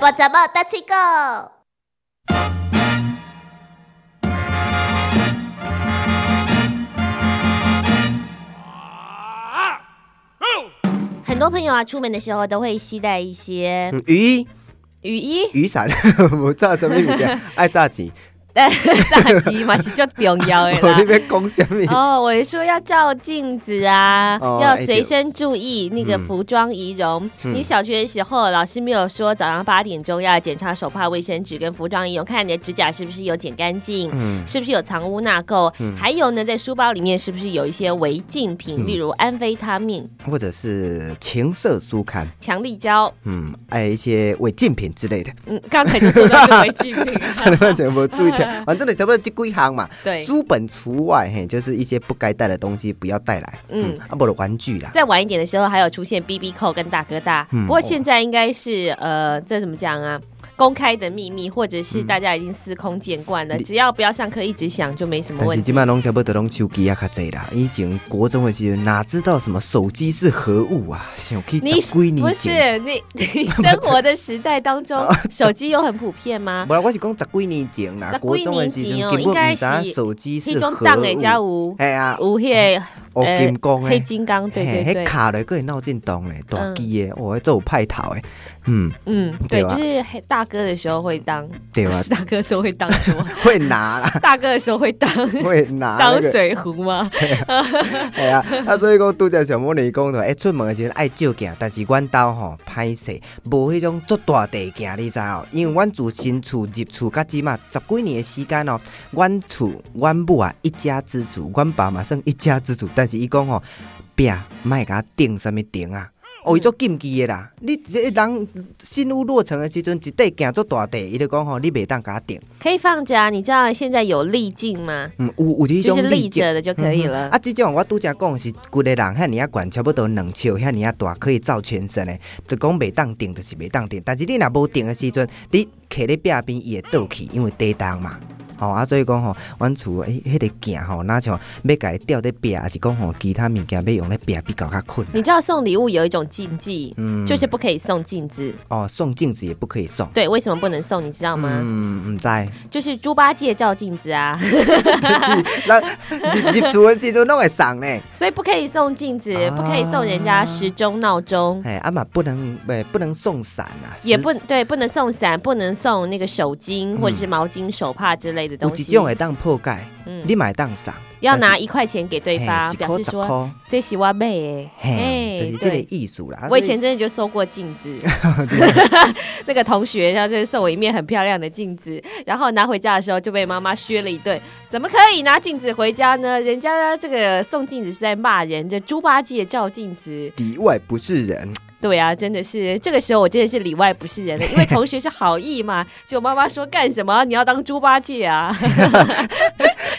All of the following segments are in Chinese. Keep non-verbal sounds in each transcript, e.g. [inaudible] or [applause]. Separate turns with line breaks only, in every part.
波杂报大气 Go。很多朋友啊，出门的时候都会携带一些
嗯，雨衣、，
雨衣
雨伞， [laughs] 我炸什么物件？爱炸钱，
但 [laughs] 炸鸡嘛是最重要的
我
啦
那。边讲什 [laughs] 么？
哦，我是说要照镜子啊，
哦
要
哎
随
对
身注意那个
嗯
服装仪容。
嗯
你小学的时候，老师没有说早上八点钟要检查手帕、卫生纸跟服装仪容，看你的指甲是不是有剪干净。
嗯，
是不是有藏污纳垢？
嗯
还有呢，在书包里面是不是有一些违禁品，
嗯
例如安非他命、
或者是情色书刊，
强力胶？
嗯，还有一些违禁品之类的， [laughs]
嗯，刚才就说到一个违禁品啊、
可能全部注意
[laughs]
点。反正你差不多这几行嘛，
对
书本除外，嘿，就是一些不该带的东西不要带来，
嗯
嗯，啊，不的玩具啦，
再晚一点的时候，还有出现 B B 扣跟大哥大。
嗯
不过现在应该是呃，这怎么讲啊？公开的秘密，或者是大家已经司空见惯了，
你
只要不要上课一直想就没什么
但
问
是
题
今。麦拢差不多拢手机啊较济啦，以前国中的时候哪知道什么手机是何物啊？想去
你
十几
不
年前，
是你，你生活的时代当中，手机有很普遍
[laughs]
吗？
不啦，我是讲十几年前啦，
十
国
几
中的
年
时
前
候
哦
根
应该
本
是
不知影手机
黑
是
中
何
档诶，加
物。
五
哎呀，
五黑
黑哦金刚
黑
诶，
金刚，呃对对
嘿
对
那，卡了个闹震动诶，大机诶，我做有派头诶，嗯，
嗯，对，
对吧
就是黑大哥的时候会当，
对
不
吧
是？ [laughs] 大哥的时候会当什么？
会拿
[laughs]
啦，
大哥的时候会当 [laughs]
会拿那
当
个，
水壶吗？
[laughs] 哎呀，啊，所以讲拄则小魔女讲着，哎，出门的时候爱照镜，但是阮兜吼歹势，无迄种足大地镜，你知哦？因为阮住新厝入厝甲即嘛十几年的时间哦，阮厝阮母啊一家之主，阮爸嘛算一家之主，但是伊讲吼，壁莫甲顶什物顶啊？哦，伊足禁忌的啦！你这人新屋落成的时阵，一块镜足大地，伊就讲吼，你袂当甲顶。
可以放着啊，你知道现在有滤镜吗？
嗯，有有这
就
种
是立
例证
着的就可以了。
啊，即种我拄则讲的是，规个人遐尔啊悬，差不多两尺遐尔啊大，可以照全身的。就讲袂当定，就是袂当定。但是你若无定的时阵，你徛咧壁边，伊会倒去，因为地动嘛。吼、啊，所以讲吼，阮厝诶，迄、个镜吼，若像要家吊咧壁，还是讲吼其他物件要用咧壁比较较困难。
你知道送礼物有一种禁忌，
嗯
就是不可以送镜子。
哦，送镜子也不可以送。
对，为什么不能送？你知道吗？
嗯，毋知。 [laughs]
就是猪八戒照镜子啊， [laughs]
就是咱入入厝的时阵拢会送呢。
所以不可以送镜子，
啊
不可以送人家时钟、闹钟，
哎，啊嘛不能，诶，不能送伞啊。
也
是
不对，不能送伞，不能送那个手巾或者是毛巾、手帕之类的
嗯有
东
一
西。
种会哎当破盖，
嗯
你买当送。
要拿一块钱给对方，
嘿
表示，
一
说
箍
这是我买的。
十箍嘿，就是这个
对。
艺术啦。啊
我以前真的就收过镜
[laughs]
子， [laughs] 那个同学他就是送我一面很漂亮的镜子，然后拿回家的时候就被妈妈削了一顿。怎么可以拿镜子回家呢？人家这个送镜子是在骂人，这猪八戒照镜子。
里外不是人， [laughs]
对啊，真的是这个时候我真的是里外不是人了，因为同学是好意嘛，结果妈妈说干什么？你要当猪八戒啊？ [laughs]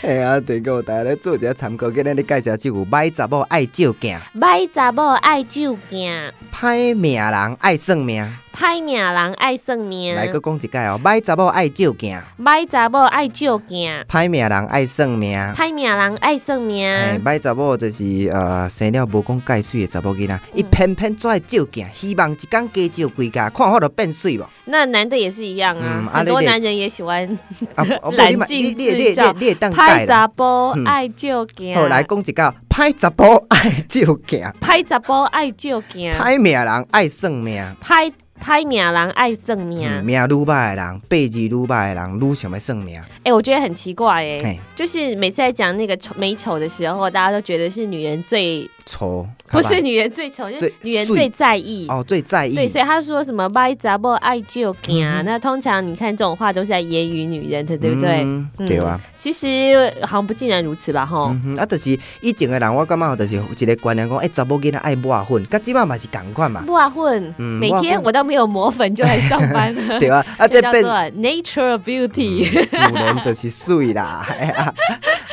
哎呀，等于我大家来做一下参考，今日你介绍这句：歹查某爱照镜，
歹查某爱酒惊，
歹命人爱算命。
歹命人爱算命
来，搁讲一解哦，歹查某爱照镜，
歹查某爱照镜，
歹命人爱算命。
歹命人爱算命。
哎，歹查某就是呃生了无讲介水的查某囡
嗯
仔，伊偏偏出来照镜，希望一天加照几家，看好就变水无。
那男的也是一样啊，
嗯啊
很多
你得
男人也喜欢 [laughs]
啊，不
懒
你嘛
镜
你你你
自
你
照
你会当
拍
解啦。
查甫
嗯
爱照镜，
好，来讲一解，歹查某爱照
[laughs]
镜。
拍查甫爱照镜，
歹命人爱算命，
拍拍命人爱算命。
嗯命愈歹的人，八字愈歹的人，愈想要算命。
哎、我觉得很奇怪哎、
嘿
就是每次在讲那个丑美丑的时候，大家都觉得是女人最
丑
不是女人最丑，就是
最
女人
碎
最在意。
哦，最在意
对，所以他说什么“歪杂不爱就惊”，
嗯哼
那通常你看这种话都是在揶揄女人的，对不对？
嗯
嗯哦
对啊，
其实好像不尽然如此吧，吼、
嗯哼啊，就是以前的人，我感觉就是有一个观念讲，哎，查某囡仔爱抹粉，甲即摆嘛是共款嘛，
不啊混，
嗯
每天我都没有抹粉就来上班了，[laughs]
对啊，啊，
这
这
叫做
变
Nature Beauty。
自然就是水啦，哎呀，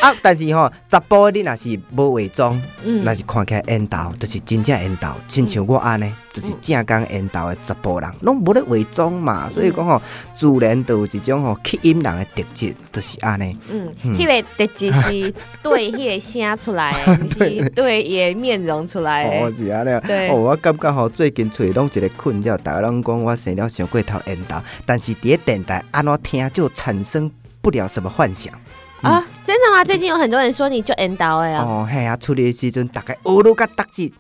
啊，但是吼，查甫你若是无化妆，
嗯
若是看起来缘投，就是真正缘投，亲像我安尼，就是正讲缘投的查甫人，拢无咧化妆嘛，所以讲吼，自然就有一种吼吸引人的特质，就是安尼。
嗯，
嗯
迄个特质是对迄个声出来的，不是对伊的面容出来的。
哦，是安尼。
对
哦，我感觉吼，最近嘴拢一个困扰，大家拢讲我生了上过头缘投，但是伫咧电台安怎听就产生不了什么幻想。
啊，真的吗？最近有很多人说你就 N 导哎啊，
哦，嘿啊，出来的时阵，大概学都甲搭起，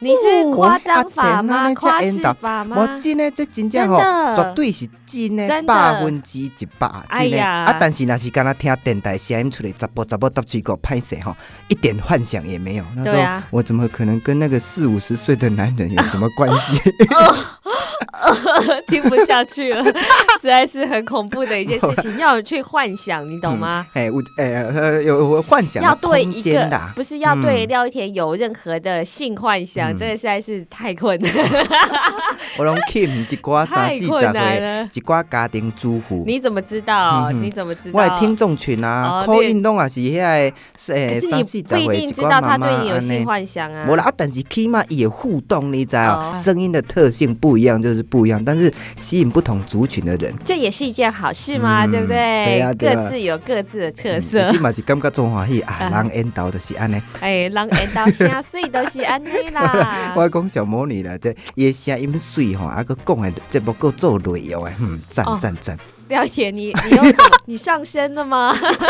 你是夸张法
哦啊
吗？
对
夸
咱
饰
这 N
法吗？
我真诶，这真正吼
真，的
绝对是真
真
诶，
的
百分之一百
哎
真诶。
呀
啊，但是若是敢若听电台声音出来，十波十波搭水果拍势吼，一点幻想也没有。那时
对
候
啊
我怎么可能跟那个四五十岁的男人有什么关系？
听不下去了，实在是很恐怖的一件事情，要去幻想，你 [laughs] 懂吗？
[laughs] 哎，我哎呃有有幻想的
要对
空
一
间
个
啦。
不是要对
嗯
廖一田有任何的性幻想，
嗯
这个实在是太困难了，
我拢欠一寡啊三
太
四十
困难
岁，
了。
一寡家庭主妇。
你怎么知道？
嗯嗯
你怎么知道？
我的听众群啊，
哦
靠
你
运动也是遐个，诶，
可是
三四
你
十
不一
岁一
定知道
寡
他
妈妈
对你有
安
性
尼。
幻想啊。
无啦，啊但是起码也互动，你知道、
哦
声音的特性不一样就是不一样，但是吸引不同族群的人，
这也是一件好事嘛，
嗯
对不对？
对啊对啊
各自有各自的特色。
嗯，起码是感觉中欢喜啊，
啊
人缘投就是安尼。
[laughs] 哎，人缘到声水都是安尼啦。
[laughs] 我讲小魔女啦，这伊声音水吼，啊个讲的节目够做内容诶，嗯，赞
哦
赞赞， [laughs]
廖姐，你你又怎么你上身了吗？ [laughs]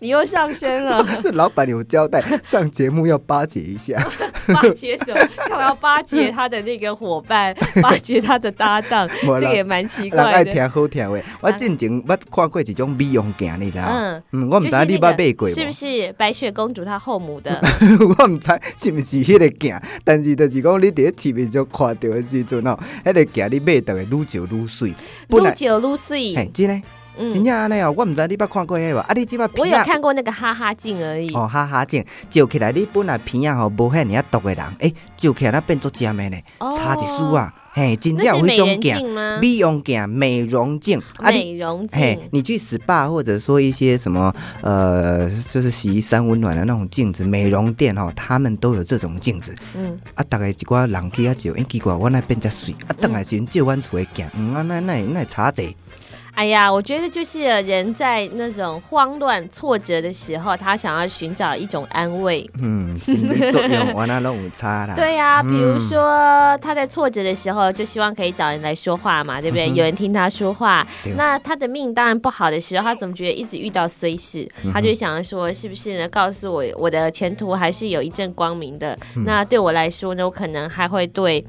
你又上身
[laughs]
了，
这老板有交代，上节目要 [laughs] 巴结一下。
巴结什么？干嘛要巴结他的那个伙
[laughs]
伴，巴结他的搭档？
没啦
这个也蛮 [laughs] 奇
人
怪
爱
的。
听好听话，我进前捌看过一种美容镜，你知道？
嗯
嗯，我毋知
就
你
是那
捌
个
买过无？
是不是白雪公主她后母的？
[laughs] 我毋知是毋是迄个镜，但是就是讲你伫咧市面上看到的时阵哦，迄、个镜你买到会愈少愈水。本
撸
来
酒撸水，
嘿，真诶，真
嗯，
正安尼哦，我毋知你捌看过迄个无？啊，你即摆
我
片
有
啊，
看过那个哈哈镜而已。
哦哈哈镜照起来，你本来片啊吼无遐尔啊毒的人，诶、照起来那变作尖的呢，
哦
差一丝，啊，嘿，真正
那
有
是美人
迄种镜，
镜吗？哦
美容镜、美容镜，啊你。
美容
嘿
镜，。
你去 SPA 或者说一些什么呃，就是洗衣山温暖的那种镜子，美容店哦，他们都有这种镜子。
嗯，
啊，逐个一寡人去遐照，因奇怪，我那变遮水，啊，等来时阵照阮厝的镜，嗯啊，那那那差者，
哎呀，我觉得就是人在那种慌乱、挫折的时候，他想要寻找一种安慰。
嗯，心理作
[laughs]
用我那拢有差啦。
对呀、
嗯
比如说他在挫折的时候，就希望可以找人来说话嘛，对不对？有人听他说话
嗯对。
那他的命当然不好的时候，他总觉得一直遇到衰事，
嗯
他就想要说，是不是呢？告诉我，我的前途还是有一阵光明的。
嗯
那对我来说呢，我可能还会对。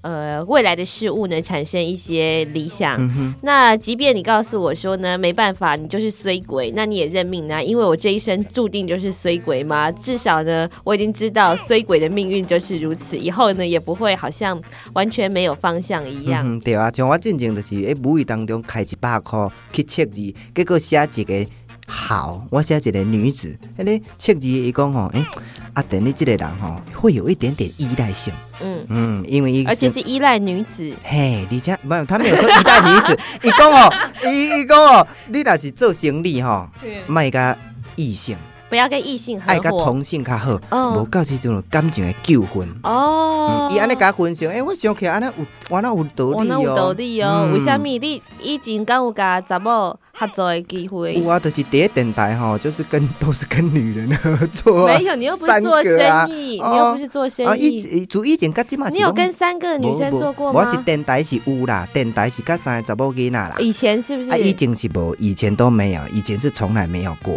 呃，未来的事物呢，产生一些理想。
嗯
那即便你告诉我说呢，没办法，你就是衰鬼，那你也认命啊，因为我这一生注定就是衰鬼嘛。至少呢，我已经知道衰鬼的命运就是如此，以后呢也不会好像完全没有方向一
嗯
样。
哼，对啊，像我进前就是诶，母语当中开一百箍去测字，结果写一个好，我写一个女子，迄个测字伊讲吼，诶、啊，等你即个人吼，会有一点点依赖性，
嗯，
嗯，因为伊
而且是依赖女子。
嘿，而且没有，他没有说一代女
[laughs]
子，伊讲哦，伊伊讲哦，你若是做生意吼，卖甲异性，
不要跟异性合
爱甲
伙。
同性较好，无
嗯，
到时阵有感情的纠纷。
哦
嗯，伊安尼甲分享，诶，我想起来安尼有，我那有道
我
理
那有道
哦。
理哦，
嗯
为什么你以前敢有甲查某合作的机会？
有啊，就是第一电台吼，就是跟都是跟女人合作啊
没。有，你又不是做生意，
三个啊
你又不是做
啊，
生
以
意。
前自以前甲即嘛是
你有
拢
跟三个女生
无无
做过
我是
吗？
电台是有啦，电台是甲三个查某囡仔啦。
以前是不是？
啊，以前是无，以前都没有，以前是从来没有过。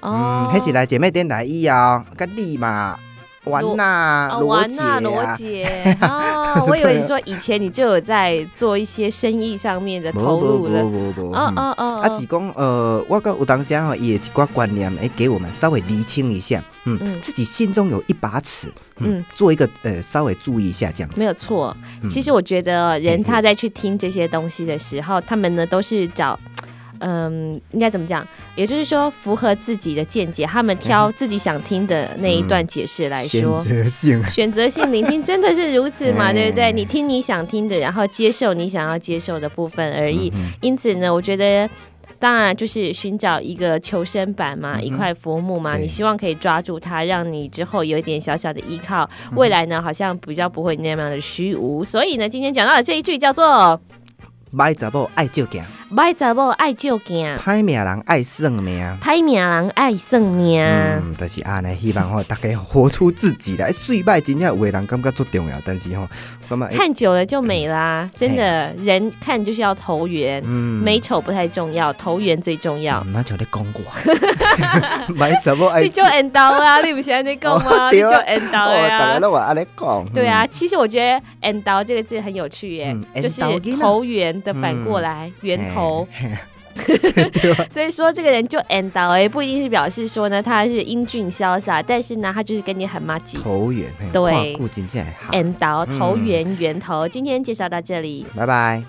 哦
嗯，迄是来姐妹电台以后，甲你嘛，玩呐，
哦
罗
完
姐
呐，罗
啊，
姐
[laughs]
哦，我以为你说以前你就有在做一些生意上面的
无
投
无
入了。
无无无，
哦
嗯
哦哦，
啊是讲呃，我讲有当时吼，伊的一寡观念，诶，给我们稍微厘清一下，
嗯
嗯，自己心中有一把尺，
嗯
嗯，做一个呃稍微注意一下这样子
没，有错。
嗯
其实我觉得人
嘿嘿
他在去听这些东西的时候，他们呢都是找。嗯，应该怎么讲？也就是说，符合自己的见解，他们挑
嗯
自己想听的那一段解释来
选
说。
择性，
选择性聆听真的是如此嘛，
哎
对不对？你
嗯
听你想听的，然后接受你想要接受的部分而已。因此呢，我觉得当然就是寻找一个求生板嘛，
嗯哼
一块浮木嘛，
对
你希望可以抓住它，让你之后有一点小小的依靠，
嗯
未来呢好像比较不会那样的虚无。所以呢，今天讲到的这一句叫做
歹查某爱照行，
“歹查某爱照镜，
歹命人爱算命。啊
歹命人爱算命”
嗯，就是安尼，希望吼大家活出自己来。水歹真正有的人感觉足重要，但是吼，感觉欸
看久了就美啦，
哎
真的，人看就是要投缘，
嗯
美丑不太重要，投缘最重要。
那像咧讲
[laughs]
过， [laughs] 歹查某爱
你就 end 到啦，
[laughs]
你不是安尼讲吗？
哎哦
你
对
就
啊
end 到
哦，大
呀
家。拢话安尼讲。
对啊，其实我觉得 “end 到”这个字很有趣耶
嗯，，end
就是
到囡仔
投缘的反过来，
嗯，哎
源头。
嘿。 [laughs]
所以说这个人就 “end 到”哎，不一定是表示说呢他是英俊潇洒，但是呢他就是跟你很麻吉。
投缘，嘿
对
看久真正会好。
end 到
嗯
投缘源头，今天介绍到这里。
拜拜。